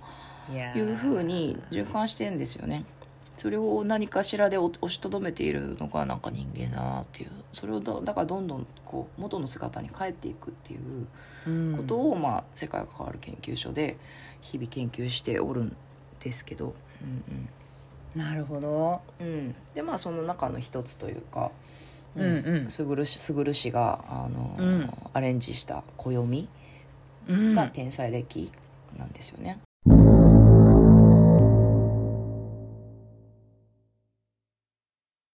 Speaker 4: い
Speaker 3: やー
Speaker 4: いうふうに循環してんですよね。それを何かしらで押しとどめているのがなんか人間だなっていうそれをどだからどんどんこう元の姿に帰っていくっていう
Speaker 3: うん
Speaker 4: ことを、まあ、世界が変わる研究所で日々研究しておるんですけど、うん
Speaker 3: なるほど
Speaker 4: うんうん、でまあその中の一つというか、
Speaker 3: うんうん
Speaker 4: すぐるしすぐる氏があの、
Speaker 3: うん
Speaker 4: アレンジした暦
Speaker 3: うん
Speaker 4: が天才歴なんですよね。